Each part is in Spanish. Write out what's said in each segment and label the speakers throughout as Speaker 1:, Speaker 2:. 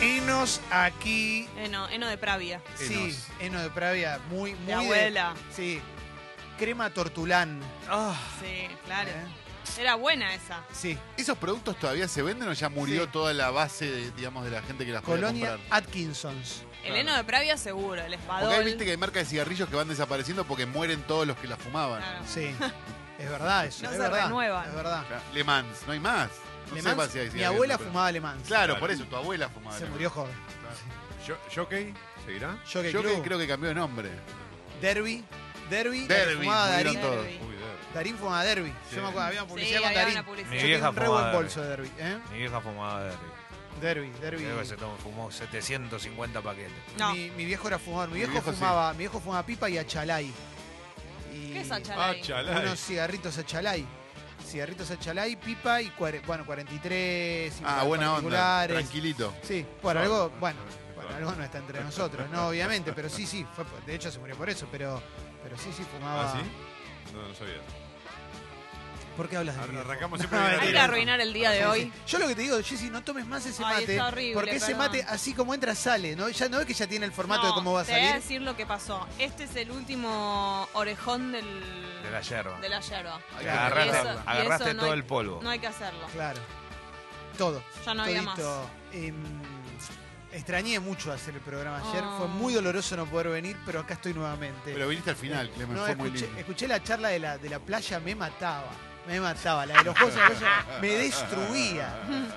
Speaker 1: Enos aquí.
Speaker 2: Eno, Eno de Pravia.
Speaker 1: Sí,
Speaker 3: Enos.
Speaker 1: Eno de Pravia, muy, muy.
Speaker 2: De abuela.
Speaker 1: sí. Crema tortulán.
Speaker 3: Ah,
Speaker 2: Sí, claro.
Speaker 1: ¿eh?
Speaker 2: Era buena esa.
Speaker 1: Sí.
Speaker 3: ¿Esos productos todavía se venden o ya murió
Speaker 1: Sí.
Speaker 3: toda la base, de, digamos, de la gente que las podía
Speaker 1: Colonia
Speaker 3: comprar?
Speaker 1: Atkinsons.
Speaker 2: El
Speaker 3: Claro.
Speaker 2: heno de Pravia seguro, el
Speaker 3: Porque ahí
Speaker 2: espadol.
Speaker 3: viste que hay marcas de cigarrillos que van desapareciendo porque mueren todos los que las fumaban.
Speaker 2: Claro.
Speaker 1: Sí. Es verdad eso.
Speaker 2: No
Speaker 1: es
Speaker 2: se
Speaker 1: verdad,
Speaker 2: renuevan.
Speaker 1: Es verdad.
Speaker 3: Claro. Le Mans, no hay más. No
Speaker 1: Le
Speaker 3: sé
Speaker 1: Mans,
Speaker 3: si hay
Speaker 1: mi
Speaker 3: cigarrillos,
Speaker 1: abuela
Speaker 3: pero-
Speaker 1: fumaba Le Mans.
Speaker 3: Claro, por eso, tu abuela fumaba.
Speaker 1: Se
Speaker 3: Le Mans.
Speaker 1: murió joven.
Speaker 4: Yo- ¿Jockey? ¿Seguirá?
Speaker 1: Yo que
Speaker 3: Yo que
Speaker 1: creo.
Speaker 3: creo que cambió de nombre.
Speaker 1: Derby. Derby. Darín
Speaker 3: Derby,
Speaker 1: fumaba
Speaker 3: murieron
Speaker 1: Darín.
Speaker 2: todo.
Speaker 3: todos.
Speaker 2: Derby.
Speaker 4: Uy, Derby.
Speaker 1: Darín fumaba Derby.
Speaker 4: Sí.
Speaker 1: Yo me acuerdo, había una
Speaker 2: Sí,
Speaker 1: publicidad con
Speaker 2: había
Speaker 1: Darín.
Speaker 2: una
Speaker 1: Yo
Speaker 2: publicidad.
Speaker 1: tenía
Speaker 4: Mi vieja
Speaker 1: un re
Speaker 4: fumaba
Speaker 1: buen
Speaker 4: Derby.
Speaker 1: bolso de Derby. ¿eh?
Speaker 4: Mi vieja fumaba Derby.
Speaker 1: Derby, Derby.
Speaker 4: Creo que se tomó- fumó 750 paquetes.
Speaker 2: No.
Speaker 1: Mi, mi viejo era fumador. Mi
Speaker 3: Mi
Speaker 1: viejo,
Speaker 3: viejo sí.
Speaker 1: fumaba, mi viejo fumaba pipa y achalay. Y
Speaker 2: ¿Qué es
Speaker 4: Ah,
Speaker 2: Achalay?
Speaker 4: chalá.
Speaker 1: Unos cigarritos achalay. Cigarritos achalay, pipa y cuare- bueno, 43,
Speaker 3: Ah, buena onda.
Speaker 1: particulares.
Speaker 3: Tranquilito.
Speaker 1: Sí, por algo, bueno, por
Speaker 4: Claro.
Speaker 1: algo no está entre nosotros, no obviamente, pero sí, sí, fue por- de hecho se murió por eso, pero pero sí, sí fumaba.
Speaker 4: ¿Ah, sí? No, no sabía.
Speaker 1: ¿Por qué hablas de mi
Speaker 4: Ar-
Speaker 1: viejo?
Speaker 4: Arrancamos siempre
Speaker 1: No,
Speaker 4: bien
Speaker 1: hay
Speaker 2: Hay
Speaker 4: arriba.
Speaker 2: que arruinar el día de
Speaker 1: Sí,
Speaker 2: hoy.
Speaker 1: sí. Yo lo que te digo, Jessy, no tomes más ese
Speaker 2: Ay,
Speaker 1: mate.
Speaker 2: está horrible,
Speaker 1: porque ese
Speaker 2: perdón.
Speaker 1: mate, así como entra, sale. ¿no? Ya no ves que ya tiene el formato de
Speaker 2: No,
Speaker 1: cómo va a
Speaker 2: Te voy a
Speaker 1: salir.
Speaker 2: decir lo que pasó. Este es el último orejón del,
Speaker 4: De la yerba.
Speaker 2: de la yerba.
Speaker 3: Hay que
Speaker 1: Claro.
Speaker 4: Agarraste,
Speaker 2: Y eso- y eso
Speaker 4: agarraste
Speaker 2: no
Speaker 4: todo
Speaker 2: hay-
Speaker 4: el polvo.
Speaker 2: No hay que hacerlo.
Speaker 1: Claro. Todo.
Speaker 2: Ya no había más.
Speaker 1: todito. Em, extrañé mucho hacer el programa ayer.
Speaker 2: Oh.
Speaker 1: Fue muy doloroso no poder venir, pero acá estoy nuevamente. Eh,
Speaker 3: Pero viniste al final, Clemen,
Speaker 1: No,
Speaker 3: fue muy
Speaker 1: escuché,
Speaker 3: lindo.
Speaker 1: escuché la charla de la, de la playa, me mataba. Me mataba. La de los juegos de la playa me destruía.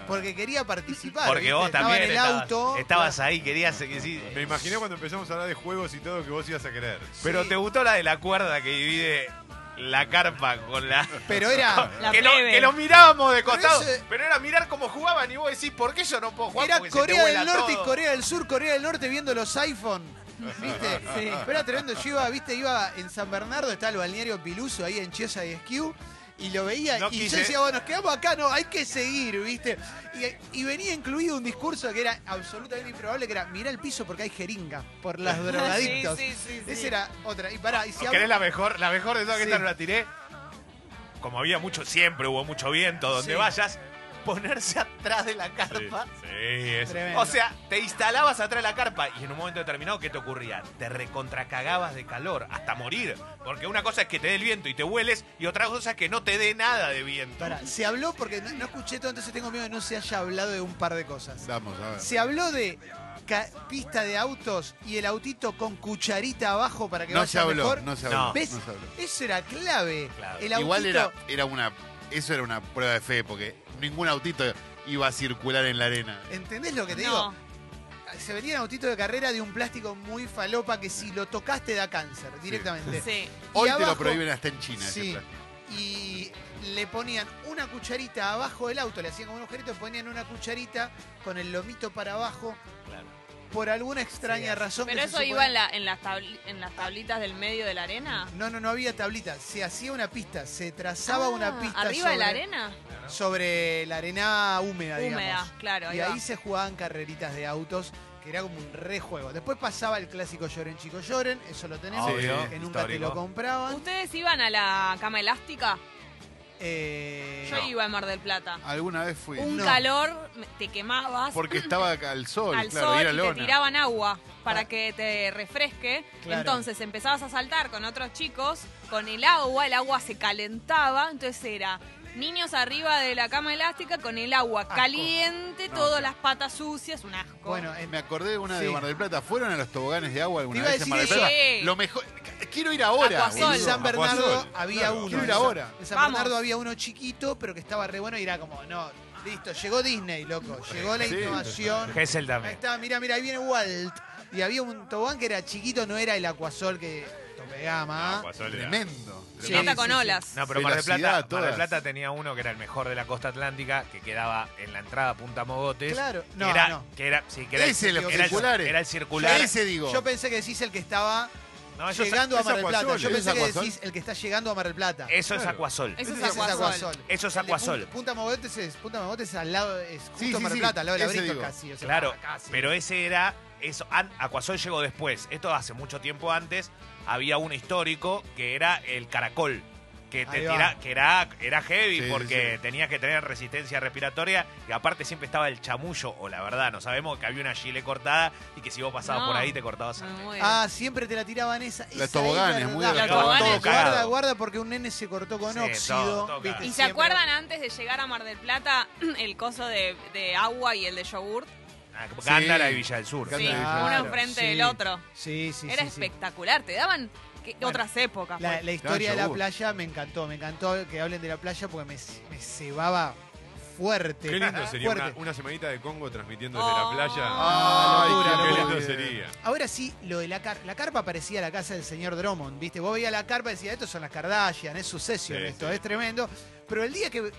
Speaker 1: Porque quería participar.
Speaker 4: Porque
Speaker 1: ¿viste?
Speaker 4: vos
Speaker 1: Estaba
Speaker 4: también
Speaker 1: en el
Speaker 4: estabas,
Speaker 1: auto.
Speaker 4: estabas ahí, querías que sí.
Speaker 5: Me imaginé cuando empezamos a hablar de juegos y todo que vos ibas a querer.
Speaker 4: Pero
Speaker 1: Sí.
Speaker 4: te gustó la de la cuerda que divide la carpa con la.
Speaker 1: Pero era.
Speaker 2: La
Speaker 4: que, lo,
Speaker 2: plebe.
Speaker 4: que lo mirábamos de
Speaker 1: Pero
Speaker 4: costado. Pero,
Speaker 1: ese-
Speaker 4: era mirar cómo jugaban y vos decís, ¿por qué yo no puedo jugar?
Speaker 1: Era
Speaker 4: Porque se te
Speaker 1: Corea
Speaker 4: vuela
Speaker 1: del Norte
Speaker 4: todo.
Speaker 1: y Corea del Sur, Corea del Norte viendo los iPhone. ¿Viste? Pero era tremendo. Yo iba, viste, iba en San Bernardo, está el balneario Piluso ahí en Chiesa y Esquiú. Y lo veía
Speaker 4: No
Speaker 1: y yo
Speaker 4: quise.
Speaker 1: decía, bueno, nos quedamos acá, no, hay que seguir, ¿viste? Y, y venía incluido un discurso que era absolutamente improbable, que era, mirá el piso porque hay jeringa por las drogadictos.
Speaker 2: Sí, sí, sí, sí.
Speaker 1: Esa era otra. Y pará, y si
Speaker 4: ¿Querés
Speaker 1: hablamos-
Speaker 4: la mejor? La mejor de todas que
Speaker 1: Sí.
Speaker 4: esta no la tiré. Como había mucho, siempre hubo mucho viento donde
Speaker 1: Sí.
Speaker 4: vayas, ponerse atrás de la carpa.
Speaker 5: Sí, es.
Speaker 1: Tremendo.
Speaker 4: O sea, te instalabas atrás de la carpa y en un momento determinado, ¿qué te ocurría? Te recontracagabas de calor hasta morir. Porque una cosa es que te dé el viento y te hueles y otra cosa es que no te dé nada de viento.
Speaker 1: Pará, se habló porque no, no escuché todo, entonces tengo miedo de no se haya hablado de un par de cosas.
Speaker 3: Vamos, a ver.
Speaker 1: Se habló de ca- pista de autos y el autito con cucharita abajo para que
Speaker 3: No
Speaker 1: vaya
Speaker 3: se habló,
Speaker 1: mejor.
Speaker 3: no se habló.
Speaker 4: No.
Speaker 1: ¿Ves?
Speaker 3: no se habló.
Speaker 1: Eso era clave.
Speaker 4: Claro.
Speaker 1: El autito,
Speaker 3: Igual era, era una. Eso era una prueba de fe, porque ningún autito iba a circular en la arena.
Speaker 1: ¿Entendés lo que te
Speaker 2: No.
Speaker 1: digo? Se vendían autitos de carrera de un plástico muy falopa que si lo tocaste da cáncer directamente.
Speaker 2: Sí.
Speaker 1: Y
Speaker 3: Hoy te
Speaker 1: abajo-
Speaker 3: lo prohíben hasta en China. ese
Speaker 1: Sí.
Speaker 3: plástico.
Speaker 1: Y le ponían una cucharita abajo del auto, le hacían como un agujerito, ponían una cucharita con el lomito para abajo. Por alguna extraña
Speaker 4: Sí,
Speaker 1: razón.
Speaker 2: Pero
Speaker 1: que se
Speaker 2: eso
Speaker 1: supone-
Speaker 2: iba en, la, en, las tabli- en las tablitas del medio de la arena.
Speaker 1: No, no, no había tablita. Se hacía una pista, se trazaba
Speaker 2: Ah,
Speaker 1: una pista
Speaker 2: ¿Arriba
Speaker 1: sobre,
Speaker 2: de la arena?
Speaker 1: sobre la arena húmeda,
Speaker 2: Húmeda,
Speaker 1: digamos.
Speaker 2: claro. Ahí
Speaker 1: Y
Speaker 2: va.
Speaker 1: ahí se jugaban carreritas de autos, que era como un rejuego. Después pasaba el clásico Lloren Chico Lloren, eso lo tenemos,
Speaker 4: Obvio,
Speaker 1: que nunca te lo
Speaker 4: histórico.
Speaker 1: compraban.
Speaker 2: ¿Ustedes iban a la cama elástica?
Speaker 1: Eh,
Speaker 2: Yo iba en Mar del Plata.
Speaker 3: Alguna vez fui.
Speaker 2: Un
Speaker 1: No.
Speaker 2: calor, me- te quemabas
Speaker 3: Porque estaba al sol,
Speaker 2: al
Speaker 3: claro,
Speaker 2: sol
Speaker 3: y era
Speaker 2: y
Speaker 3: lona.
Speaker 2: te tiraban agua para
Speaker 1: Ah.
Speaker 2: que te refresque.
Speaker 1: Claro.
Speaker 2: Entonces empezabas a saltar con otros chicos, con el agua, el agua se calentaba, entonces era niños arriba de la cama elástica con el agua
Speaker 1: Asco.
Speaker 2: caliente, todas las patas sucias, un asco.
Speaker 1: Bueno, en-
Speaker 3: Me acordé de una de
Speaker 1: Sí.
Speaker 3: Mar del Plata. ¿Fueron a los toboganes de agua
Speaker 1: Te
Speaker 3: alguna
Speaker 1: iba a
Speaker 3: vez en Mar del
Speaker 1: decir
Speaker 3: Plata?
Speaker 2: eso.
Speaker 3: Lo mejor. Quiero ir ahora.
Speaker 1: en
Speaker 2: Acuasol.
Speaker 3: boludo.
Speaker 1: San Bernardo
Speaker 5: Acuasol,
Speaker 1: había
Speaker 5: claro.
Speaker 1: uno.
Speaker 3: Quiero ir
Speaker 1: En San-
Speaker 3: ahora.
Speaker 1: En San
Speaker 2: Vamos.
Speaker 1: Bernardo había uno chiquito, pero que estaba re bueno y era como, no, listo, llegó Disney, loco. Llegó la
Speaker 3: Sí.
Speaker 1: innovación.
Speaker 4: Gessel
Speaker 1: Ahí
Speaker 4: también.
Speaker 1: está, mira, mira, ahí viene Walt. Y había un tobogán que era chiquito, no era el acuasol que tope gama.
Speaker 4: Ah,
Speaker 5: No, pasó el-
Speaker 3: Tremendo.
Speaker 1: Sí,
Speaker 2: Nata
Speaker 3: tremendo.
Speaker 2: con
Speaker 1: sí, sí.
Speaker 2: olas.
Speaker 4: No, pero Mar del, Plata,
Speaker 3: Velocidad,
Speaker 4: Mar del
Speaker 3: todas.
Speaker 4: Plata tenía uno que era el mejor de la costa atlántica, que quedaba en la entrada Punta Mogotes.
Speaker 1: Claro.
Speaker 4: que
Speaker 1: No,
Speaker 4: era,
Speaker 1: no.
Speaker 4: Que era, sí, que era,
Speaker 3: Ese, los
Speaker 4: era
Speaker 3: circulares.
Speaker 4: era el circular.
Speaker 3: Ese digo.
Speaker 1: Yo pensé que decís el que estaba
Speaker 4: No, eso, es-
Speaker 1: llegando a
Speaker 5: es
Speaker 1: Mar del
Speaker 5: Acuasol,
Speaker 1: Plata. Yo
Speaker 3: ¿es
Speaker 1: pensé que
Speaker 3: Acuasol?
Speaker 1: decís el que está llegando a Mar del Plata.
Speaker 4: eso es
Speaker 5: Claro.
Speaker 4: Acuasol.
Speaker 2: Eso es
Speaker 1: Ese
Speaker 2: aguasol.
Speaker 4: Eso
Speaker 1: El
Speaker 4: es
Speaker 1: de
Speaker 4: Acuasol.
Speaker 1: Pun- Punta Mogotes es, Punta Mogotes es al lado, es justo
Speaker 3: sí,
Speaker 1: Mar del
Speaker 3: sí,
Speaker 1: Plata, al lado de la
Speaker 3: ese
Speaker 1: Brito
Speaker 3: digo.
Speaker 1: casi. o sea,
Speaker 4: Claro,
Speaker 1: casi.
Speaker 4: pero ese era. Eso, an- Acuasol llegó después. Esto hace mucho tiempo antes. Había uno histórico que era el Caracol. que, te
Speaker 1: Ahí va.
Speaker 4: tira- que era, era heavy
Speaker 3: Sí,
Speaker 4: porque
Speaker 3: sí, sí.
Speaker 4: tenías que tener resistencia respiratoria y aparte siempre estaba el chamullo, o la verdad, no sabemos que había una chile cortada y que si vos pasabas
Speaker 2: No.
Speaker 4: por ahí te cortabas antes.
Speaker 2: Muy bien.
Speaker 1: Ah, siempre te la tiraban esa.
Speaker 3: Los
Speaker 1: esa
Speaker 3: toboganes,
Speaker 1: es
Speaker 3: muy
Speaker 1: verdad.
Speaker 3: de
Speaker 2: los Los toboganes. toboganes.
Speaker 4: Todo
Speaker 1: Guarda,
Speaker 4: cagado.
Speaker 1: guarda, porque un nene se cortó con
Speaker 4: Sí,
Speaker 1: óxido.
Speaker 4: todo, todo
Speaker 1: ¿viste?
Speaker 4: cagado.
Speaker 2: ¿Y se
Speaker 1: Ah, Siempre-
Speaker 2: acuerdan antes de llegar a Mar del Plata el coso de, de agua y el de yogur?
Speaker 4: Ah,
Speaker 3: Sí.
Speaker 4: Gándara y Villa del Sur.
Speaker 3: Gándara
Speaker 2: Sí,
Speaker 3: y Villa
Speaker 2: uno
Speaker 3: Claro,
Speaker 2: enfrente del otro.
Speaker 1: Sí, sí,
Speaker 2: Era
Speaker 1: sí, sí.
Speaker 2: espectacular, te daban que- otras épocas.
Speaker 1: La,
Speaker 2: pues.
Speaker 1: la historia de la
Speaker 3: yogur.
Speaker 1: playa me encantó, me encantó que hablen de la playa porque me, me cebaba fuerte.
Speaker 5: Qué lindo sería una,
Speaker 1: fuerte.
Speaker 5: una semanita de Congo transmitiendo desde la
Speaker 2: Oh.
Speaker 5: playa.
Speaker 1: Ah,
Speaker 3: Ay,
Speaker 1: locura,
Speaker 5: Qué
Speaker 1: locura.
Speaker 5: lindo sería.
Speaker 1: Ahora sí, lo de la carpa. La carpa parecía la casa del señor Drummond, ¿viste? Vos veías la carpa y decías, estos son las Kardashian, es sucesión
Speaker 5: Sí,
Speaker 1: esto,
Speaker 5: sí.
Speaker 1: es tremendo. Pero el día que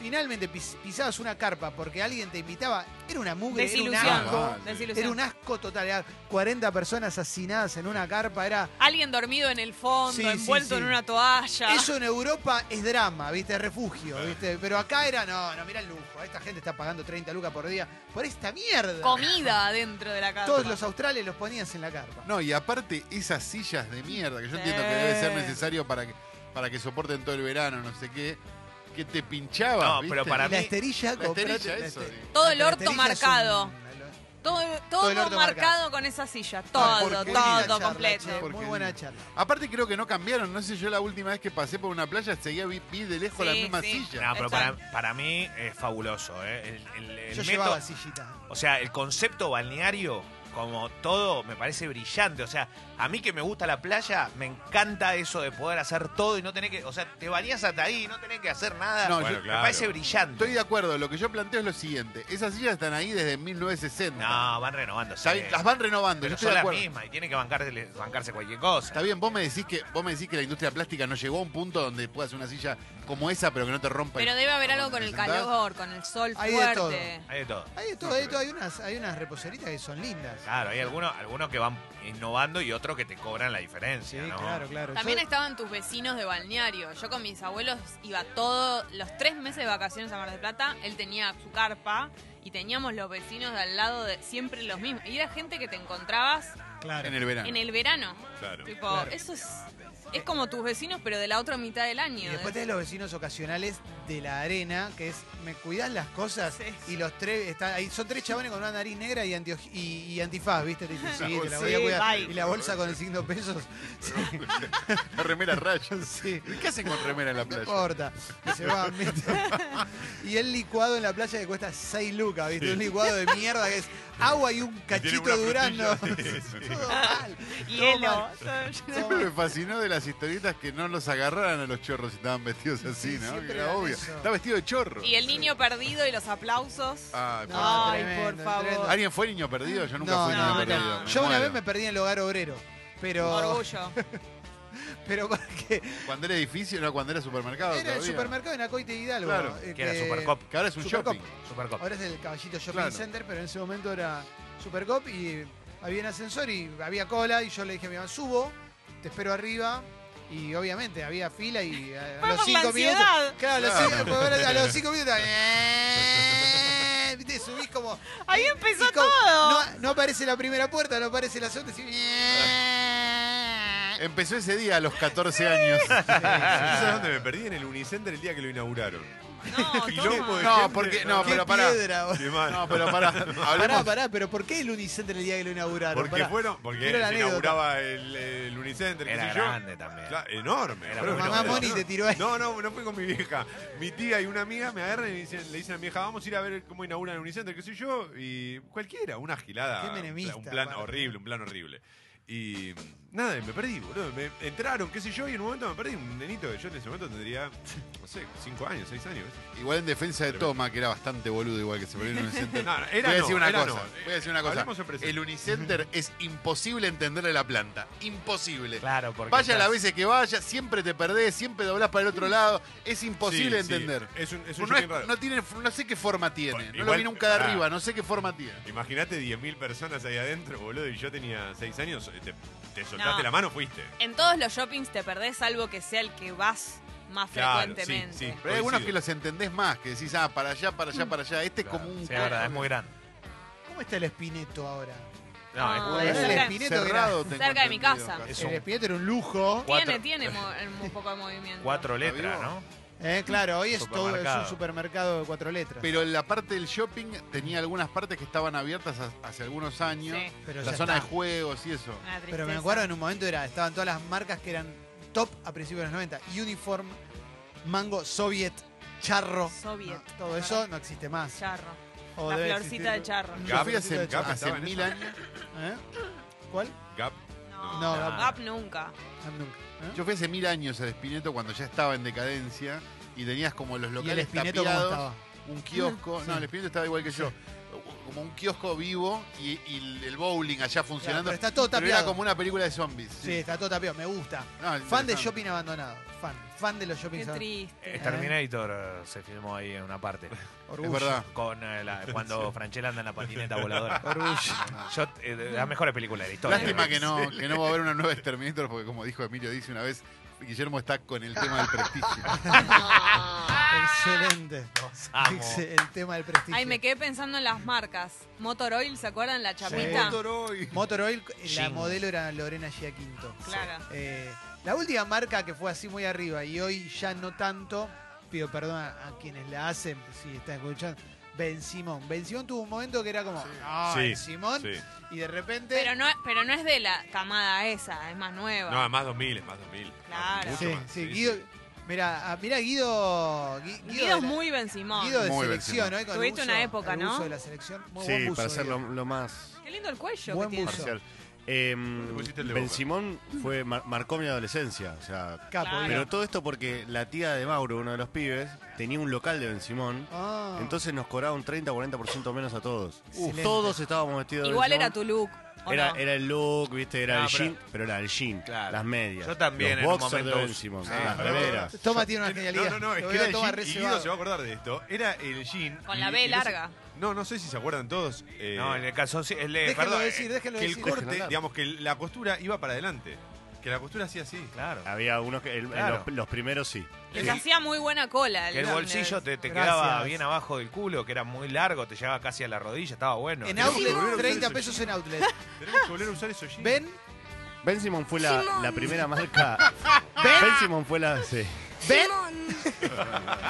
Speaker 1: finalmente pis- pisabas una carpa porque alguien te invitaba, era una mugre,
Speaker 2: Desilusión.
Speaker 1: era un asco.
Speaker 5: Ah,
Speaker 3: vale.
Speaker 2: desilusión.
Speaker 1: Era un asco total. Era 40 personas asesinadas en una carpa, era...
Speaker 2: Alguien dormido en el fondo,
Speaker 1: Sí, sí,
Speaker 2: envuelto
Speaker 1: sí.
Speaker 2: en una toalla.
Speaker 1: Eso en Europa es drama, ¿viste? Es refugio, ¿viste? Pero acá era, no, no, mirá el lujo. Esta gente está pagando 30 lucas por día por esta mierda.
Speaker 2: Comida dentro de la casa.
Speaker 1: Todos los australes los ponías en la carpa.
Speaker 3: No, y aparte esas sillas de mierda, que yo
Speaker 2: Sí.
Speaker 3: entiendo que debe ser necesario para que, para que soporten todo el verano, no sé qué, que te pinchaba.
Speaker 4: No, pero para
Speaker 1: la
Speaker 4: mí-
Speaker 1: esterilla,
Speaker 3: La
Speaker 1: comprate
Speaker 3: esterilla,
Speaker 1: una
Speaker 3: eso,
Speaker 1: ester-
Speaker 3: digo.
Speaker 2: Todo el
Speaker 1: La
Speaker 2: orto
Speaker 1: esterilla es un-
Speaker 2: marcado. Todo, todo,
Speaker 1: Todo el orto
Speaker 2: marcado,
Speaker 1: marcado.
Speaker 2: con esa silla.
Speaker 1: Ah,
Speaker 2: Todo,
Speaker 1: porque-
Speaker 2: todo
Speaker 1: linda charla,
Speaker 2: completo.
Speaker 1: che, Muy
Speaker 3: Porque-
Speaker 1: buena charla.
Speaker 3: Aparte creo que no cambiaron, no sé, yo la última vez que pasé por una playa seguía, vi, vi de lejos la
Speaker 2: Sí,
Speaker 3: misma
Speaker 2: sí.
Speaker 3: silla.
Speaker 4: No, pero para, para mí es fabuloso. ¿eh? El- el- el
Speaker 1: Yo
Speaker 4: método-
Speaker 1: llevaba sillita.
Speaker 4: O sea, el concepto balneario, como todo, me parece brillante. O sea, a mí que me gusta la playa, me encanta eso de poder hacer todo y no tener que. O sea, te bañás hasta ahí, no tenés que hacer nada.
Speaker 3: No,
Speaker 5: Bueno,
Speaker 3: yo-
Speaker 5: claro.
Speaker 4: Me parece brillante.
Speaker 3: Estoy de acuerdo, lo que yo planteo es lo siguiente, esas sillas están ahí desde 1960.
Speaker 4: No, van renovando.
Speaker 3: Está bien, las van renovando, yo
Speaker 4: Pero
Speaker 3: estoy
Speaker 4: son
Speaker 3: de
Speaker 4: las
Speaker 3: acuerdo.
Speaker 4: mismas y tienen que bancarse, bancarse cualquier cosa.
Speaker 3: Está bien, vos me decís que vos me decís que la industria plástica no llegó a un punto donde puedas una silla como esa pero que no te rompa. el-
Speaker 2: Pero debe haber algo con el
Speaker 3: te sentás.
Speaker 2: calor, con el sol
Speaker 1: Hay de
Speaker 2: fuerte.
Speaker 4: Hay de todo.
Speaker 1: Hay de todo, hay de todo. Hay unas, hay unas reposeritas que son lindas.
Speaker 4: Claro, hay algunos, algunos que van innovando y otros que te cobran la
Speaker 1: Sí,
Speaker 4: diferencia. ¿no?
Speaker 1: claro, claro.
Speaker 2: También
Speaker 1: Yo-
Speaker 2: estaban tus vecinos de balneario. Yo con mis abuelos iba todos los tres meses de vacaciones a Mar del Plata. Él tenía su carpa y teníamos los vecinos de al lado de siempre los mismos. Y era gente que te encontrabas
Speaker 1: Claro.
Speaker 3: en el verano.
Speaker 2: en el verano.
Speaker 5: Claro.
Speaker 2: Tipo,
Speaker 1: Claro.
Speaker 2: eso es, es como tus vecinos, pero de la otra mitad del
Speaker 1: Y
Speaker 2: año.
Speaker 1: después tenés los vecinos ocasionales de la arena, que es, me cuidás las cosas
Speaker 2: Sí.
Speaker 1: y los tres, están ahí, son tres chabones con una nariz negra y, antioji- y, y antifaz, ¿viste? Te dicen, sí, te la voy a
Speaker 2: Sí,
Speaker 1: cuidar.
Speaker 2: bye.
Speaker 1: Y la bolsa con el signo pesos, sí,
Speaker 3: La remera rayas.
Speaker 1: sí,
Speaker 3: ¿Qué hacen con remera en la
Speaker 1: no
Speaker 3: playa?
Speaker 1: importa. Y se van, ¿viste? Y el licuado en la playa que cuesta 6 lucas, ¿viste? Un licuado de mierda que es agua y un
Speaker 5: tiene
Speaker 1: cachito
Speaker 5: una
Speaker 1: durando.
Speaker 5: frutilla.
Speaker 1: Todo mal.
Speaker 2: Hielo.
Speaker 1: Todo
Speaker 3: Me
Speaker 1: mal.
Speaker 3: fascinó de las historietas que no los agarraran a los chorros y estaban vestidos así,
Speaker 1: Sí,
Speaker 3: ¿no?
Speaker 1: siempre
Speaker 3: Era
Speaker 1: eran
Speaker 3: obvio.
Speaker 1: eso.
Speaker 3: Está vestido de chorro.
Speaker 2: Y el niño perdido y los aplausos.
Speaker 1: Ah,
Speaker 3: Ay, por-
Speaker 1: No,
Speaker 2: Ay,
Speaker 1: tremendo,
Speaker 2: por favor.
Speaker 1: tremendo.
Speaker 3: ¿Alguien fue niño perdido? Yo nunca
Speaker 1: No,
Speaker 3: fui
Speaker 1: no,
Speaker 3: niño
Speaker 2: no.
Speaker 3: perdido.
Speaker 1: Yo una vez me
Speaker 3: muero.
Speaker 1: perdí en el hogar obrero, pero,
Speaker 2: Orgullo.
Speaker 1: pero porque
Speaker 3: Cuando era edificio, no, cuando era supermercado.
Speaker 1: era el
Speaker 3: todavía.
Speaker 1: supermercado en Acoite Hidalgo.
Speaker 3: Claro,
Speaker 1: eh,
Speaker 4: que era Supercop.
Speaker 3: Que ahora es un
Speaker 1: Supercop.
Speaker 3: shopping.
Speaker 4: Supercop.
Speaker 1: Ahora es el Caballito Shopping
Speaker 3: Claro.
Speaker 1: Center, pero en ese momento era Supercop y había un ascensor y había cola y yo le dije a mi mamá, subo, te espero arriba. Y obviamente había fila y eh, a, a los
Speaker 2: Fue por la
Speaker 1: cinco minutos.
Speaker 2: ansiedad.
Speaker 1: Claro, a los
Speaker 3: Claro.
Speaker 1: cinco- fue por- a los cinco minutos. eh, Te subís como. eh,
Speaker 2: Ahí empezó
Speaker 1: y como- No,
Speaker 2: todo.
Speaker 1: no aparece la primera puerta, no aparece la segunda. decís, eh.
Speaker 3: Empezó ese día a los 14 años.
Speaker 5: ¿Sabes dónde me perdí? En el Unicenter el día que lo inauguraron.
Speaker 2: No,
Speaker 5: Y
Speaker 2: toma.
Speaker 5: loco de
Speaker 3: No,
Speaker 5: gente.
Speaker 3: porque. No,
Speaker 1: Qué
Speaker 3: pero pará.
Speaker 1: piedra, boludo.
Speaker 5: Qué mal.
Speaker 3: No, pero pará.
Speaker 1: Pará,
Speaker 3: Hablemos.
Speaker 1: pará, pero ¿por qué el Unicenter el día que lo inauguraron?
Speaker 5: porque
Speaker 1: Pará.
Speaker 5: fueron, porque
Speaker 1: Quiero la
Speaker 5: se
Speaker 1: anécdota.
Speaker 5: inauguraba el, el Unicenter, qué
Speaker 4: Era
Speaker 5: sé yo.
Speaker 4: grande también.
Speaker 5: Claro, enorme.
Speaker 4: Era
Speaker 5: Fueron
Speaker 4: bueno.
Speaker 5: unos-
Speaker 4: Mamá
Speaker 1: Moni te tiró ahí.
Speaker 5: No, no, no fui con mi vieja. Mi tía y una amiga me agarran y me dicen- le dicen a mi vieja, vamos a ir a ver cómo inauguran el Unicenter, qué sé yo. Y cualquiera, una gilada.
Speaker 1: Qué
Speaker 5: un pla-
Speaker 1: menemista,
Speaker 5: Un plan
Speaker 1: aparte.
Speaker 5: horrible, un plan horrible. Y nada, me perdí, boludo. Me entraron, qué sé yo, y en un momento me perdí. Un nenito que yo en ese momento tendría, no sé, 5 años, 6 años.
Speaker 3: Igual en defensa de Toma, que era bastante boludo, igual que se perdió en Unicenter.
Speaker 5: No, no,
Speaker 3: voy a
Speaker 5: era no,
Speaker 3: decir una
Speaker 5: era
Speaker 3: cosa.
Speaker 5: no.
Speaker 3: Voy a decir una cosa.
Speaker 5: Hablemos en presente.
Speaker 3: El Unicenter es imposible entenderle la planta. Imposible.
Speaker 4: Claro, porque.
Speaker 3: Vaya
Speaker 4: estás-
Speaker 3: las veces que vaya, siempre te perdés, siempre doblás para el otro lado. Es imposible
Speaker 5: Sí, sí.
Speaker 3: entender.
Speaker 5: Es un, es un
Speaker 3: no, es-
Speaker 5: shopping raro.
Speaker 3: no tiene, no sé qué forma tiene.
Speaker 5: Bueno,
Speaker 3: no lo
Speaker 5: igual-
Speaker 3: vi nunca de
Speaker 5: pará.
Speaker 3: arriba, no sé qué forma tiene.
Speaker 5: Imagínate 10.000 personas ahí adentro, boludo, y yo tenía 6 años, eh, te, te soltaste
Speaker 2: No.
Speaker 5: la mano, fuiste.
Speaker 2: En todos los shoppings te perdés, salvo que sea el que vas más
Speaker 5: Claro, sí,
Speaker 2: frecuentemente.
Speaker 5: sí.
Speaker 3: Pero hay algunos
Speaker 5: Coincido.
Speaker 3: que los entendés más, que decís, ah,
Speaker 2: Mm.
Speaker 3: para allá, para allá, para allá. Este
Speaker 4: Claro,
Speaker 3: es como un.
Speaker 4: sí, es verdad, es muy grande.
Speaker 1: ¿Cómo está el Espineto ahora?
Speaker 4: No, es
Speaker 2: No,
Speaker 1: Era
Speaker 2: es
Speaker 1: el
Speaker 2: cerca-
Speaker 1: Espineto que era-
Speaker 3: cerrado. tengo
Speaker 2: cerca de mi
Speaker 3: entendido,
Speaker 2: casa.
Speaker 3: casi.
Speaker 4: Es
Speaker 1: El
Speaker 4: un-
Speaker 1: Espineto era un lujo.
Speaker 4: cuatro-
Speaker 2: Tiene, tiene mo- el- un poco de movimiento.
Speaker 4: cuatro letras,
Speaker 3: vivo?
Speaker 4: ¿no?
Speaker 1: Eh, claro, hoy es todo es un
Speaker 4: Supermercado.
Speaker 1: supermercado de cuatro letras.
Speaker 3: Pero en la parte del shopping tenía algunas partes que estaban abiertas ha- hace algunos años.
Speaker 2: Sí.
Speaker 1: Pero
Speaker 3: la
Speaker 1: ya
Speaker 3: zona
Speaker 1: está.
Speaker 3: de juegos y eso.
Speaker 2: Una
Speaker 1: Pero me
Speaker 2: tristeza.
Speaker 1: acuerdo en un momento era, estaban todas las marcas que eran top a principios de los 90. Uniform, Mango, Soviet, Charro.
Speaker 2: Soviet.
Speaker 1: No, todo eso no existe más.
Speaker 2: Charro.
Speaker 1: O
Speaker 2: la
Speaker 1: debe
Speaker 2: florcita de
Speaker 1: existir.
Speaker 2: charro.
Speaker 3: Yo fui
Speaker 5: Gap,
Speaker 3: hace,
Speaker 1: Gap
Speaker 5: estaba
Speaker 3: hace
Speaker 5: en
Speaker 3: mil
Speaker 5: eso.
Speaker 3: años.
Speaker 1: ¿Eh? ¿Cuál?
Speaker 5: Gap.
Speaker 2: No,
Speaker 1: No,
Speaker 2: Gap,
Speaker 1: Gap-
Speaker 2: nunca.
Speaker 1: Ah, nunca. ¿Eh?
Speaker 3: Yo fui hace mil años al Espineto cuando ya estaba en decadencia y tenías como los
Speaker 1: ¿Y el
Speaker 3: locales
Speaker 1: Espineto cómo
Speaker 3: tapiados,
Speaker 1: estaba? Ah,
Speaker 3: un kiosco. No, el Espineto estaba igual que yo.
Speaker 1: Sí.
Speaker 3: Como un kiosco vivo y, y el bowling allá funcionando.
Speaker 1: pero está todo
Speaker 3: Pero era
Speaker 1: tapiado.
Speaker 3: como una película de zombies.
Speaker 1: Sí, está todo tapiado, me gusta.
Speaker 3: No,
Speaker 1: Fan de
Speaker 3: interesante.
Speaker 1: shopping abandonado. Fan. Fan de los
Speaker 2: Qué
Speaker 1: shopping abandonados.
Speaker 2: triste.
Speaker 4: Eh, Terminator eh, se filmó ahí en una parte.
Speaker 1: Orgullo.
Speaker 3: Es verdad.
Speaker 4: Con eh, la- cuando Franchella anda en la patineta voladora.
Speaker 1: Orgullo.
Speaker 4: Yo, eh, de las mejores películas de la historia.
Speaker 3: Lástima que no, que no va a haber una nueva Exterminator porque como dijo Emilio dice una vez, Guillermo está con el tema del prestigio.
Speaker 1: Excelente.
Speaker 4: Los amo.
Speaker 1: Excel- El tema del prestigio.
Speaker 2: Ay, me quedé pensando en las marcas. Motor Oil, ¿se acuerdan? La chapita.
Speaker 3: Motor hoy.
Speaker 1: Motor Oil, eh, la
Speaker 4: Jim.
Speaker 1: modelo era Lorena Giaquinto.
Speaker 2: Claro.
Speaker 1: Eh, la última marca que fue así muy arriba y hoy ya no tanto, pido perdón a, a quienes la hacen, si están escuchando, Ben Simón. Ben Simón tuvo un momento que era como, ah,
Speaker 5: Sí,
Speaker 1: Ben Simón,
Speaker 5: sí.
Speaker 1: y de repente...
Speaker 2: Pero no, pero no es de la camada esa, es más nueva.
Speaker 5: No, más 2000, es más 2000.
Speaker 2: Claro.
Speaker 5: Mucho
Speaker 1: sí,
Speaker 5: más,
Speaker 1: sí,
Speaker 5: sí,
Speaker 1: Guido...
Speaker 5: sí.
Speaker 1: Mira, mira Guido... Gui-
Speaker 2: Guido,
Speaker 1: de
Speaker 2: es
Speaker 1: la-
Speaker 2: muy Ben Simón.
Speaker 1: Guido de
Speaker 3: Muy Ben
Speaker 1: selección,
Speaker 3: Simón.
Speaker 1: ¿no? Y con el
Speaker 2: Tuviste
Speaker 1: buzo-
Speaker 2: una época,
Speaker 1: el
Speaker 2: ¿no?
Speaker 1: buzo de la selección. Muy
Speaker 6: Sí,
Speaker 1: buen buzo,
Speaker 6: para ser
Speaker 1: Guido.
Speaker 6: lo, lo más
Speaker 2: Qué lindo el cuello
Speaker 1: Buen
Speaker 2: que tiene.
Speaker 1: buzo.
Speaker 6: parcial. Eh,
Speaker 5: te pusiste el de
Speaker 6: ben
Speaker 5: Boca.
Speaker 6: Simón fue, mar- marcó mi adolescencia. O sea,
Speaker 1: Capo,
Speaker 2: Claro.
Speaker 1: Guido.
Speaker 6: pero todo esto porque la tía de Mauro, uno de los pibes, tenía un local de Ben Simón.
Speaker 1: Ah.
Speaker 6: Entonces nos cobraba un 30-40% menos a todos.
Speaker 1: Excelente.
Speaker 6: Todos estábamos vestidos de
Speaker 2: Igual
Speaker 6: Ben
Speaker 2: era
Speaker 6: Simón.
Speaker 2: tu look. ¿o
Speaker 6: Era,
Speaker 2: no?
Speaker 6: era el look, viste, era
Speaker 4: No,
Speaker 6: el
Speaker 4: pero-
Speaker 6: jean, pero era el jean,
Speaker 4: Claro.
Speaker 6: las medias.
Speaker 4: Yo también
Speaker 6: los
Speaker 4: en un
Speaker 6: boxers
Speaker 4: momento
Speaker 6: de Ben
Speaker 4: uso-
Speaker 6: Simón,
Speaker 4: Sí,
Speaker 6: las
Speaker 5: pero-
Speaker 6: remeras.
Speaker 1: Toma tiene una genialidad.
Speaker 5: No, no, no, es
Speaker 1: Lo
Speaker 5: que
Speaker 1: veo
Speaker 5: era el
Speaker 1: todo
Speaker 5: jean, y Guido
Speaker 1: reservado.
Speaker 5: se va a acordar de esto. Era el jean.
Speaker 2: Con
Speaker 5: y-
Speaker 2: la B
Speaker 5: y no sé-
Speaker 2: larga.
Speaker 5: No, no sé si se acuerdan todos. eh,
Speaker 4: No, en el calzoncillo. el de-
Speaker 1: Déjenlo
Speaker 4: perdón, eh,
Speaker 1: decir, déjenlo
Speaker 5: que el
Speaker 1: decir.
Speaker 5: corte,
Speaker 6: hablar.
Speaker 5: digamos, que la costura iba para adelante. Que la costura hacía así.
Speaker 4: Claro.
Speaker 6: Había unos que, el- el-
Speaker 4: Claro.
Speaker 6: los, los primeros sí.
Speaker 2: Les hacía muy buena cola.
Speaker 4: Que el
Speaker 2: Leones.
Speaker 4: bolsillo te, te
Speaker 1: Gracias.
Speaker 4: quedaba bien abajo del culo, que era muy largo, te llegaba casi a la rodilla, estaba bueno.
Speaker 1: En
Speaker 4: Era-
Speaker 1: outlet,
Speaker 5: Simón.
Speaker 1: 30 pesos en outlet.
Speaker 5: Tenemos que volver a usar esos jeans.
Speaker 1: Ven,
Speaker 6: Ben Simón fue la,
Speaker 2: Simón.
Speaker 6: la primera marca. Ben Simón fue la. sí.
Speaker 1: ven.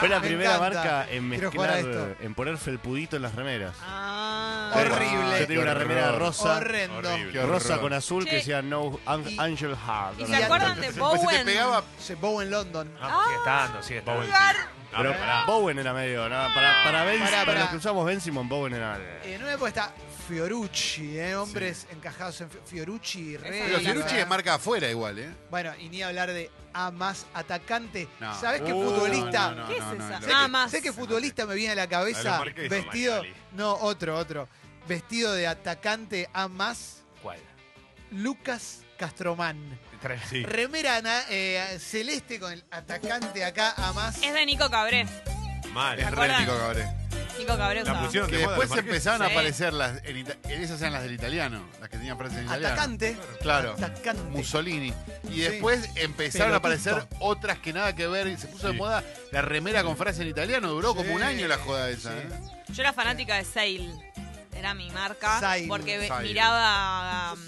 Speaker 6: Fue la
Speaker 1: Ah, Me
Speaker 6: primera
Speaker 1: encanta.
Speaker 6: marca en
Speaker 1: Quiero jugar a
Speaker 6: mezclar,
Speaker 1: esto.
Speaker 6: en poner felpudito en las remeras.
Speaker 2: Ah.
Speaker 6: Pero-
Speaker 1: horrible.
Speaker 6: Yo tenía una
Speaker 3: Qué
Speaker 6: remera
Speaker 3: horror.
Speaker 6: rosa,
Speaker 1: Horrendo.
Speaker 5: Horrible.
Speaker 3: Qué
Speaker 6: rosa
Speaker 3: horror.
Speaker 6: con azul
Speaker 2: Che.
Speaker 6: que decía No An-
Speaker 1: Y-
Speaker 6: Angel Heart.
Speaker 2: ¿Y
Speaker 6: No,
Speaker 2: se
Speaker 6: no,
Speaker 2: acuerdan
Speaker 6: no.
Speaker 2: de
Speaker 3: Pues se
Speaker 2: Bowen?
Speaker 3: te pegaba
Speaker 1: Se bow en London.
Speaker 4: Ah, sigue estando, sigue
Speaker 5: Ah.
Speaker 4: estando. No,
Speaker 6: Pero
Speaker 4: pará.
Speaker 6: Bowen era medio, ¿no? para, para, ben,
Speaker 1: Pará,
Speaker 6: para,
Speaker 1: pará.
Speaker 6: los que usamos Ben Simon, Bowen era...
Speaker 1: En una época Eh, está Fiorucci, ¿eh? hombres encajados en Fi- Fiorucci, Rey.
Speaker 3: Pero
Speaker 2: Sí,
Speaker 3: Cerucci
Speaker 2: la-
Speaker 3: es marca afuera igual, ¿eh?
Speaker 1: Bueno, y ni hablar de A más atacante.
Speaker 3: No.
Speaker 1: ¿Sabés qué
Speaker 6: Uh,
Speaker 1: futbolista?
Speaker 3: No,
Speaker 2: ¿Qué es
Speaker 3: no, no,
Speaker 2: esa?
Speaker 3: no.
Speaker 1: ¿Sé,
Speaker 2: Ah,
Speaker 1: que,
Speaker 2: más.
Speaker 1: sé que futbolista me viene a la cabeza
Speaker 5: A los marquesos,
Speaker 1: vestido.
Speaker 5: Magali.
Speaker 1: No, otro, otro. Vestido de atacante A más
Speaker 4: ¿Cuál?
Speaker 1: Lucas Castromán.
Speaker 4: Tre-
Speaker 5: Sí.
Speaker 1: Remera na- eh, celeste con el atacante acá A más.
Speaker 2: Es de Nico Cabrés.
Speaker 5: Mal.
Speaker 3: Es re
Speaker 2: acuerdan?
Speaker 3: Nico Cabré.
Speaker 2: Nico Cabrés.
Speaker 5: La
Speaker 2: usaba.
Speaker 5: pusieron
Speaker 3: Que
Speaker 5: de moda
Speaker 3: después
Speaker 5: los marqueses.
Speaker 3: empezaron a
Speaker 2: Sí.
Speaker 3: aparecer las. en ita- esas eran las del italiano, las que tenían frases en italiano.
Speaker 1: Atacante.
Speaker 3: Claro.
Speaker 1: Atacante.
Speaker 3: Mussolini. Y después empezaron
Speaker 1: Pero
Speaker 3: a aparecer
Speaker 1: justo.
Speaker 3: otras que nada que ver. Y se puso de
Speaker 5: Sí.
Speaker 3: moda la remera con frase en italiano. Duró como un
Speaker 1: Sí,
Speaker 3: año la joda esa.
Speaker 1: sí.
Speaker 3: ¿eh?
Speaker 2: Yo era fanática de Sail. Era mi marca.
Speaker 1: Sail,
Speaker 2: porque ve-
Speaker 3: Sail.
Speaker 2: miraba um,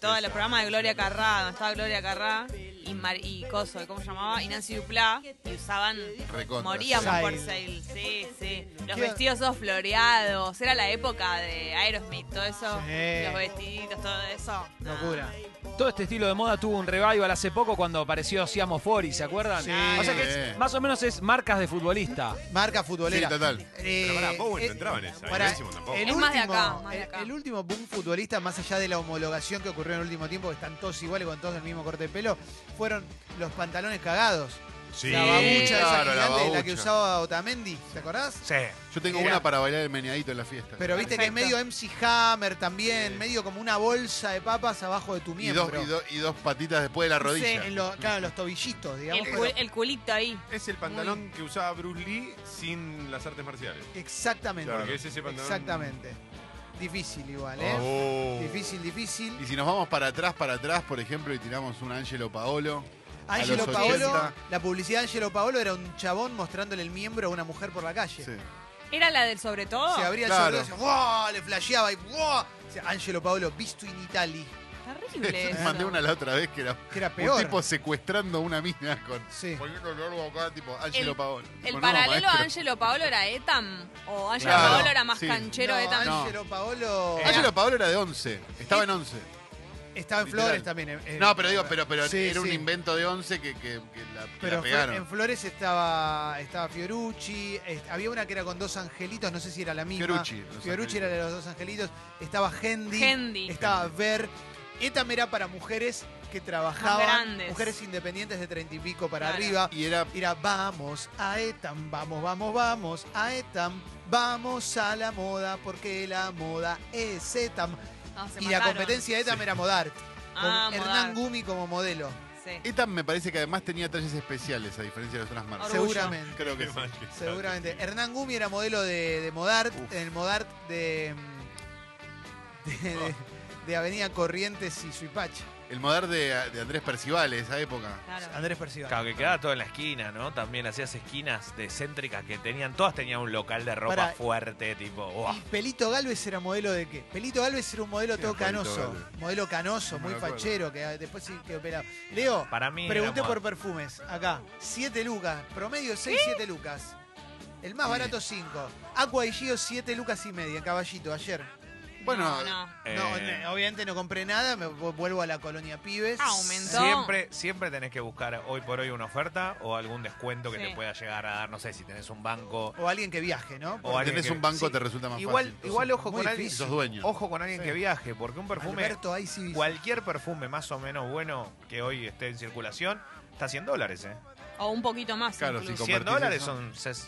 Speaker 2: todos los programas de Gloria Carrá, donde estaba Gloria Carrá y, Mar y Coso, ¿cómo se llamaba? Y Nancy Duplá. Y usaban.
Speaker 3: Recontra,
Speaker 2: moríamos
Speaker 1: Sail.
Speaker 2: por Sail. Sí, sí. Los
Speaker 1: ¿Qué-
Speaker 2: vestidos todos floreados. Era la época de Aerosmith, todo eso.
Speaker 1: Sí.
Speaker 2: Los vestiditos, todo eso.
Speaker 1: Locura.
Speaker 7: Todo este estilo de moda tuvo un revival hace poco cuando apareció Siamo Fori, ¿se acuerdan?
Speaker 1: Sí.
Speaker 7: O sea que es- más o menos es marcas de futbolista.
Speaker 1: Marca futbolera.
Speaker 3: Sí, total.
Speaker 1: Eh,
Speaker 5: Pero pará, Bowen
Speaker 1: eh,
Speaker 5: no entraba en esa, y
Speaker 1: pará,
Speaker 5: Ben Simon tampoco.
Speaker 1: El
Speaker 2: Es
Speaker 1: último,
Speaker 2: más de acá, más de
Speaker 1: el-
Speaker 2: acá.
Speaker 1: el último boom futbolista, más allá de la homologación que ocurrió en el último tiempo, que están todos iguales con todos el mismo corte de pelo, fueron los pantalones cagados.
Speaker 5: Sí.
Speaker 1: la babucha esa
Speaker 3: claro, la
Speaker 1: gigante, la, que
Speaker 3: babucha.
Speaker 1: usaba Otamendi, ¿te acordás?
Speaker 4: Sí.
Speaker 3: Yo tengo
Speaker 1: Era-
Speaker 3: una para bailar el meneadito en la fiesta.
Speaker 1: Pero viste que es medio MC Hammer también, medio como una bolsa de papas abajo de tu
Speaker 3: y dos,
Speaker 1: miembro.
Speaker 3: y, dos- y dos patitas después de la rodilla.
Speaker 1: En lo- claro, en los tobillitos, digamos.
Speaker 2: El,
Speaker 1: pero-
Speaker 2: cul- el culito ahí.
Speaker 5: Es el pantalón que usaba Bruce Lee sin las artes marciales.
Speaker 1: Exactamente.
Speaker 5: Porque es ese pantalón.
Speaker 1: Exactamente. Difícil igual, ¿eh?
Speaker 5: Oh.
Speaker 1: Difícil, difícil.
Speaker 3: Y si nos vamos para atrás, para atrás, por ejemplo, y tiramos un Angelo Paolo. a
Speaker 1: Angelo
Speaker 3: los
Speaker 1: Paolo,
Speaker 3: 80.
Speaker 1: la publicidad de Angelo Paolo era un chabón mostrándole el miembro a una mujer por la calle.
Speaker 3: Sí.
Speaker 2: ¿Era la del sobre todo?
Speaker 1: Se abría
Speaker 3: Claro.
Speaker 1: el sobre todo y decía, "Wow", le flasheaba y ¡wow! O sea, Angelo Paolo, visto in Italy,
Speaker 2: Terrible. eso.
Speaker 3: Mandé una la otra vez que era
Speaker 1: que era
Speaker 3: un
Speaker 1: peor.
Speaker 3: tipo secuestrando a una mina con.
Speaker 1: Sí.
Speaker 3: Poniéndole algo acá, tipo Angelo
Speaker 2: El-
Speaker 3: Paolo.
Speaker 2: El
Speaker 3: Tipo, no,
Speaker 2: paralelo a
Speaker 3: maestro.
Speaker 2: Angelo Paolo era Etam. O Angelo
Speaker 3: Claro,
Speaker 2: Paolo era más
Speaker 3: sí.
Speaker 2: canchero
Speaker 1: No,
Speaker 2: Etam.
Speaker 1: Angelo Paolo
Speaker 3: Angelo Paolo era de 11. Estaba en 11.
Speaker 1: estaba en
Speaker 3: literal.
Speaker 1: Flores también. eh, eh,
Speaker 3: No, pero digo, pero, pero
Speaker 1: Sí,
Speaker 3: era un
Speaker 1: sí.
Speaker 3: invento de 11 que, que- que la, que
Speaker 1: Pero
Speaker 3: la
Speaker 1: fue-
Speaker 3: pegaron.
Speaker 1: en Flores estaba, estaba Fiorucci, eh, había una que era con dos angelitos, no sé si era la misma.
Speaker 3: Fiorucci, los
Speaker 1: Fiorucci era la de los dos angelitos, estaba Hendy,
Speaker 2: Hendi.
Speaker 1: estaba Ver. Etam era para mujeres que
Speaker 2: Más
Speaker 1: trabajaban,
Speaker 2: grandes.
Speaker 1: mujeres independientes de treinta y pico para
Speaker 2: Claro.
Speaker 1: arriba.
Speaker 3: Y era.
Speaker 1: Era vamos a Etam, vamos, vamos, vamos a Etam, vamos a la moda porque la moda es Etam.
Speaker 2: No, se
Speaker 1: Y la
Speaker 2: mataron.
Speaker 1: competencia de Etam era Modart, con
Speaker 2: Ah,
Speaker 1: Hernán
Speaker 2: Modart.
Speaker 1: Gumi como modelo,
Speaker 2: Sí.
Speaker 3: Etam me parece que además tenía talles especiales, a diferencia de las otras marcas.
Speaker 2: Orgullo.
Speaker 1: seguramente.
Speaker 3: Creo que sí.
Speaker 1: Seguramente. Hernán Gumi era modelo de, de Modart, en el Modart de, mm, de, de- de Avenida Corrientes y Suipacha.
Speaker 3: El modar de, de Andrés Percival de esa época.
Speaker 2: Claro.
Speaker 1: Andrés Percival.
Speaker 4: Claro, que quedaba todo en la esquina, ¿no? También hacías esquinas de céntricas que tenían, todas tenían un local de ropa
Speaker 1: Pará.
Speaker 4: fuerte, tipo, ¡buah!
Speaker 1: ¿Y Pelito Galvez era modelo de qué? Pelito Galvez era un modelo
Speaker 3: ¿Quién
Speaker 1: todo
Speaker 3: era Pelito
Speaker 1: canoso.
Speaker 3: Galvez?
Speaker 1: Modelo canoso,
Speaker 3: No me
Speaker 1: muy
Speaker 3: lo acuerdo.
Speaker 1: fachero, que después sí quedó pelado. Leo,
Speaker 4: Para mí.
Speaker 1: pregunté
Speaker 4: era
Speaker 1: por
Speaker 4: moda.
Speaker 1: perfumes. Acá, 7 lucas. Promedio 6, 7 lucas. El más barato, 5. Aqua y Gio, 7 lucas y media. Caballito, ayer.
Speaker 3: Bueno,
Speaker 2: No, no.
Speaker 4: Eh,
Speaker 1: No, ne- obviamente no compré nada, me vu- vuelvo a la colonia Pibes.
Speaker 2: Aumentó.
Speaker 4: Siempre, siempre tenés que buscar hoy por hoy una oferta o algún descuento que
Speaker 2: Sí.
Speaker 4: te pueda llegar a dar, no sé, si tenés un banco.
Speaker 1: O alguien que viaje, ¿no?
Speaker 4: O alguien
Speaker 3: tenés
Speaker 4: que-
Speaker 3: un banco,
Speaker 4: sí.
Speaker 3: te resulta más
Speaker 4: Igual,
Speaker 3: fácil.
Speaker 4: igual ojo
Speaker 1: muy
Speaker 4: con alguien.
Speaker 1: difícil.
Speaker 3: Sos dueño.
Speaker 4: Ojo con alguien
Speaker 1: Sí.
Speaker 4: que viaje, porque un perfume,
Speaker 1: Alberto, ahí sí.
Speaker 4: cualquier perfume más o menos bueno que hoy esté en circulación, está a 100 dólares, ¿eh?
Speaker 2: O un poquito más.
Speaker 3: Claro,
Speaker 2: incluso.
Speaker 3: sí, con-
Speaker 4: 100
Speaker 3: convertís
Speaker 4: dólares
Speaker 3: eso.
Speaker 4: son. ses-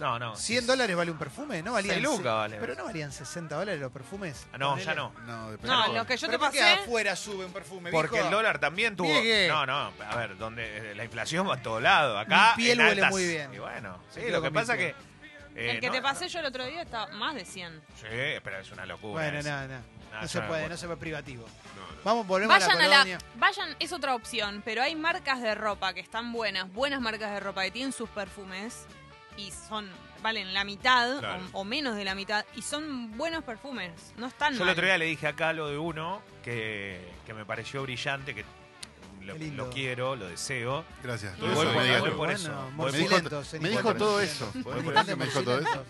Speaker 4: No, no.
Speaker 1: 100 dólares vale un perfume, ¿no? Valían
Speaker 4: Seis lucas
Speaker 1: se-
Speaker 4: vale.
Speaker 1: Pero no valían 60 dólares los perfumes.
Speaker 4: Ah, No,
Speaker 1: Ponele.
Speaker 4: ya no.
Speaker 3: No, depende.
Speaker 2: No, lo que yo te
Speaker 1: ¿Pero por qué
Speaker 2: pasé.
Speaker 1: afuera sube un perfume,
Speaker 4: Porque
Speaker 1: viejo?
Speaker 4: el dólar también tuvo.
Speaker 1: Miegue.
Speaker 4: No, no, a ver, donde eh, la inflación va a todo lado. Acá.
Speaker 1: Mi piel
Speaker 4: en
Speaker 1: huele
Speaker 4: altas-
Speaker 1: muy bien.
Speaker 4: Y bueno, sí,
Speaker 1: quedo
Speaker 4: lo que
Speaker 1: con mi
Speaker 4: pasa que.
Speaker 1: piel.
Speaker 4: eh,
Speaker 2: el que
Speaker 4: no,
Speaker 2: te pasé
Speaker 4: no,
Speaker 2: yo el otro día estaba más de 100.
Speaker 4: Sí, pero es una locura.
Speaker 1: Bueno,
Speaker 4: es-
Speaker 1: no, no.
Speaker 4: Nah,
Speaker 1: No
Speaker 4: yo
Speaker 1: se
Speaker 4: no
Speaker 1: puede,
Speaker 4: puedo.
Speaker 1: no se puede privativo.
Speaker 5: No, no.
Speaker 1: Vamos, volvemos
Speaker 2: Vayan
Speaker 1: a
Speaker 2: a
Speaker 1: la colonia.
Speaker 2: la. Vayan, es otra opción, pero hay marcas de ropa que están buenas, buenas marcas de ropa que tienen sus perfumes y son. valen la mitad
Speaker 5: Claro.
Speaker 2: o, o menos de la mitad y son buenos perfumes. No están.
Speaker 4: Yo el
Speaker 2: mal.
Speaker 4: otro día le dije acá lo de uno que, que me pareció brillante, que lo,
Speaker 1: Qué lindo.
Speaker 4: lo quiero, lo deseo.
Speaker 3: Gracias.
Speaker 4: Y
Speaker 3: lo
Speaker 5: voy
Speaker 3: deseo
Speaker 5: por-
Speaker 3: inmediato.
Speaker 4: voy por eso.
Speaker 1: Bueno,
Speaker 4: Voy
Speaker 1: muy
Speaker 4: por-
Speaker 1: silentos,
Speaker 3: Me
Speaker 1: en
Speaker 3: dijo
Speaker 1: Nicolás.
Speaker 3: todo eso. ¿Podés creer que me dijo todo eso?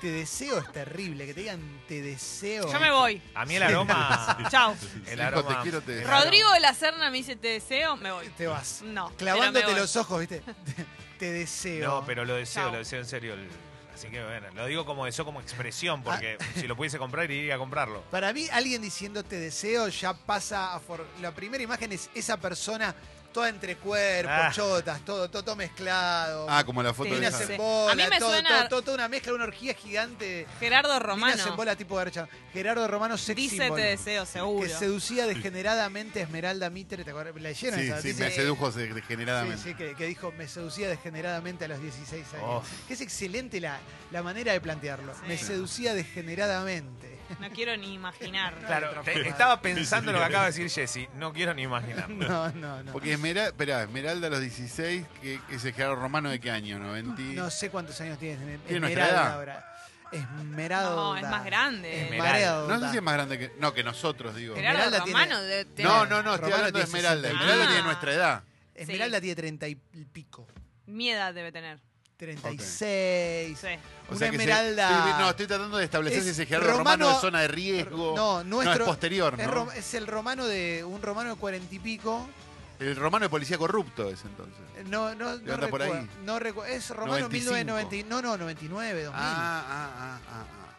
Speaker 1: Te deseo es terrible, que te digan te deseo.
Speaker 2: Yo me voy.
Speaker 4: A mí el aroma.
Speaker 2: Chao.
Speaker 4: El
Speaker 3: Hijo,
Speaker 4: aroma.
Speaker 3: te quiero, te-
Speaker 4: el aroma-
Speaker 2: Rodrigo de la Serna me dice te deseo, me voy.
Speaker 1: Te vas.
Speaker 2: No.
Speaker 1: Clavándote
Speaker 2: pero me voy.
Speaker 1: los ojos, ¿viste? Te- Te deseo.
Speaker 4: No, pero lo deseo,
Speaker 2: Chao.
Speaker 4: lo deseo en serio. el- Así que bueno, lo digo como deseo, como expresión,
Speaker 1: Ah.
Speaker 4: porque si lo pudiese comprar, iría a comprarlo.
Speaker 1: Para mí, alguien diciendo te deseo ya pasa a... for- La primera imagen es esa persona toda entre cuerpos,
Speaker 4: Ah.
Speaker 1: chotas, todo, todo, todo mezclado.
Speaker 3: Ah, como la foto
Speaker 2: Sí,
Speaker 3: de
Speaker 1: minas
Speaker 2: no
Speaker 3: esa.
Speaker 2: sé.
Speaker 1: en bola,
Speaker 2: A mí me
Speaker 1: todo,
Speaker 2: suena-
Speaker 1: todo, todo, toda una mezcla, una orgía gigante.
Speaker 2: Gerardo
Speaker 1: Minas en
Speaker 2: Romano
Speaker 1: bola tipo garcha. Gerardo Romano sex
Speaker 2: dice
Speaker 1: symbol,
Speaker 2: te deseo, seguro.
Speaker 1: Que seducía degeneradamente a Esmeralda Mitre, ¿te acuerdas? ¿La leyeron
Speaker 3: Sí,
Speaker 1: esa
Speaker 3: sí,
Speaker 1: noticia?
Speaker 3: me
Speaker 2: Sí.
Speaker 3: sedujo
Speaker 1: Sí,
Speaker 3: degeneradamente.
Speaker 1: sí, que, que dijo, me seducía degeneradamente a los 16 años.
Speaker 4: Oh.
Speaker 1: Que es excelente la, la manera de plantearlo.
Speaker 2: Sí.
Speaker 1: Me seducía degeneradamente.
Speaker 2: No quiero ni imaginar.
Speaker 4: Claro, te- estaba pensando lo que acaba de decir Jesse. No quiero ni imaginar.
Speaker 1: No, no, no.
Speaker 3: Porque Esmeralda, espera, Esmeralda a los 16, que que ese Gerardo Romano de qué año, 90. y-
Speaker 1: No sé cuántos años tiene.
Speaker 3: Tiene nuestra
Speaker 1: Esmeralda
Speaker 3: edad.
Speaker 1: ahora. Esmeralda.
Speaker 2: No, es más grande.
Speaker 1: Esmeralda.
Speaker 3: No sé si es más grande que. No, que nosotros, digo.
Speaker 2: Gerardo
Speaker 1: Esmeralda tiene-
Speaker 2: Romano de- de-
Speaker 3: No, no, no, estoy
Speaker 1: Romano
Speaker 3: hablando
Speaker 1: tiene
Speaker 3: de Esmeralda.
Speaker 1: 60.
Speaker 3: Esmeralda
Speaker 2: Ah.
Speaker 3: tiene nuestra edad.
Speaker 1: Esmeralda tiene 30 y pico.
Speaker 2: mi edad debe tener.
Speaker 1: 36.
Speaker 2: Sí.
Speaker 3: O
Speaker 1: Una
Speaker 3: sea que se-
Speaker 1: Esmeralda.
Speaker 3: estoy- no, estoy tratando de establecer
Speaker 1: Es
Speaker 3: si ese Gerardo
Speaker 1: romano-
Speaker 3: Romano, de zona de riesgo.
Speaker 1: No, nuestro.
Speaker 3: es posterior,
Speaker 1: es
Speaker 3: ¿no?
Speaker 1: rom- es el romano de. Un romano de 40 y pico.
Speaker 3: El romano de policía corrupto es entonces.
Speaker 1: No, no, no
Speaker 3: anda por
Speaker 1: recuerdo-
Speaker 3: ahí?
Speaker 1: no recu- es romano
Speaker 3: 95.
Speaker 1: 1990. No, no, 99, 2000.
Speaker 3: Ah, ah, ah, ah, ah.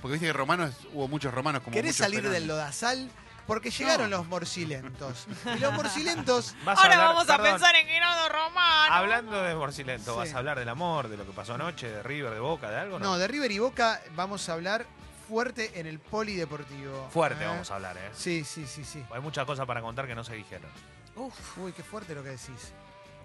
Speaker 3: Porque viste que romanos, hubo muchos romanos como.
Speaker 1: ¿Querés
Speaker 3: muchos
Speaker 1: salir
Speaker 3: perones.
Speaker 1: del lodazal? Porque llegaron los morcilentos. Y los morcilentos.
Speaker 4: Vas a
Speaker 2: Ahora
Speaker 4: hablar-
Speaker 2: vamos a
Speaker 4: perdón, Ah.
Speaker 2: pensar en Gerardo Romano.
Speaker 4: Hablando de Morcilento,
Speaker 1: Sí.
Speaker 4: ¿vas a hablar del amor, de lo que pasó anoche, de River, de Boca, de algo? No,
Speaker 1: No, de River y Boca vamos a hablar fuerte en el polideportivo.
Speaker 4: fuerte
Speaker 1: ¿eh?
Speaker 4: vamos a hablar, ¿eh?
Speaker 1: Sí, sí, sí, sí.
Speaker 4: Hay muchas cosas para contar que no se dijeron.
Speaker 1: Uf, uy, qué fuerte lo que decís.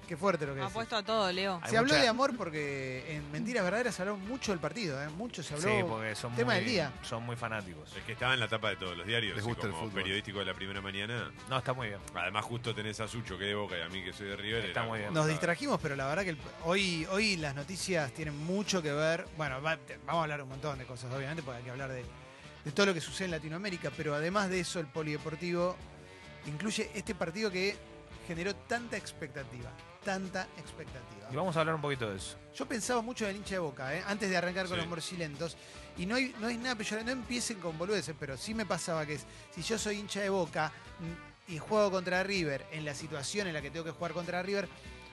Speaker 1: Qué fuerte lo que decís.
Speaker 2: Apuesto a todo, Leo.
Speaker 4: Hay
Speaker 1: Se habló
Speaker 4: mucha-
Speaker 1: de amor porque en Mentiras Verdaderas hablaron mucho del partido, ¿eh? Mucho se habló.
Speaker 4: Sí, porque son
Speaker 1: tema
Speaker 4: muy,
Speaker 1: del día.
Speaker 4: son muy fanáticos.
Speaker 5: Es que estaba en la tapa de todos los diarios.
Speaker 3: Les
Speaker 5: y
Speaker 3: gusta el
Speaker 5: como
Speaker 3: fútbol.
Speaker 5: periodístico de la primera mañana.
Speaker 4: No, está muy bien.
Speaker 5: Además, justo tenés a Sucho, que es de Boca, y a mí, que soy de River. era
Speaker 4: Está muy
Speaker 5: como-
Speaker 4: bien.
Speaker 1: Nos distrajimos, pero la verdad que el- hoy, hoy las noticias tienen mucho que ver. Bueno, va- te- vamos a hablar un montón de cosas, obviamente, porque hay que hablar de, de todo lo que sucede en Latinoamérica, pero además de eso, el polideportivo incluye este partido que generó tanta expectativa. Tanta expectativa.
Speaker 4: Y vamos a hablar un poquito de eso.
Speaker 1: Yo pensaba mucho del hincha de boca, ¿eh? antes de arrancar con
Speaker 5: Sí.
Speaker 1: los morcilentos. Y no, hay, no es nada peyorativo, no empiecen con boludeces, pero sí me pasaba que es, si yo soy hincha de boca mm, y juego contra River, en la situación en la que tengo que jugar contra River,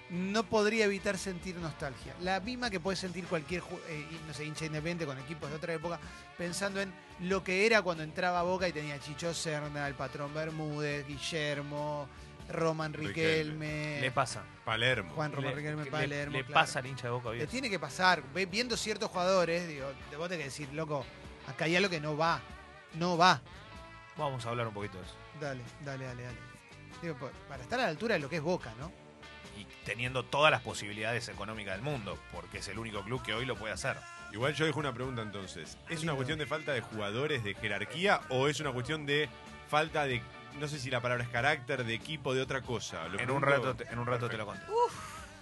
Speaker 1: no podría evitar sentir nostalgia. La misma que puede sentir cualquier ju- eh, y- no sé, hincha independiente con equipos de otra época, pensando en lo que era cuando entraba a Boca y tenía a Chicho Serna, el patrón Bermúdez, Guillermo, Roman
Speaker 5: Riquelme.
Speaker 1: Riquelme,
Speaker 4: Le pasa.
Speaker 5: Palermo.
Speaker 1: Juan Roman
Speaker 4: Le-
Speaker 1: Eh, Riquelme
Speaker 4: le-
Speaker 1: Palermo.
Speaker 4: le
Speaker 1: claro. Este-
Speaker 4: pasa al hincha de boca
Speaker 1: Te
Speaker 4: bien.
Speaker 1: tiene que pasar, ve- viendo ciertos jugadores, digo, te- vos tenés que decir, loco, acá hay algo que no va, no va.
Speaker 4: Vamos a hablar un poquito de eso.
Speaker 1: Dale, dale, dale, dale. Digo, por- para estar a la altura de lo que es Boca, ¿no?
Speaker 4: Y teniendo todas las posibilidades económicas del mundo, porque es el único club que hoy lo puede hacer.
Speaker 5: Igual yo dejo una pregunta entonces. ¿Es
Speaker 1: Lindo.
Speaker 5: una cuestión de falta de jugadores, de jerarquía, o es una cuestión de falta de, no sé si la palabra es carácter, de equipo, de otra cosa? Lo
Speaker 4: En un
Speaker 5: pregunto-
Speaker 4: rato, te- en un rato te lo conté.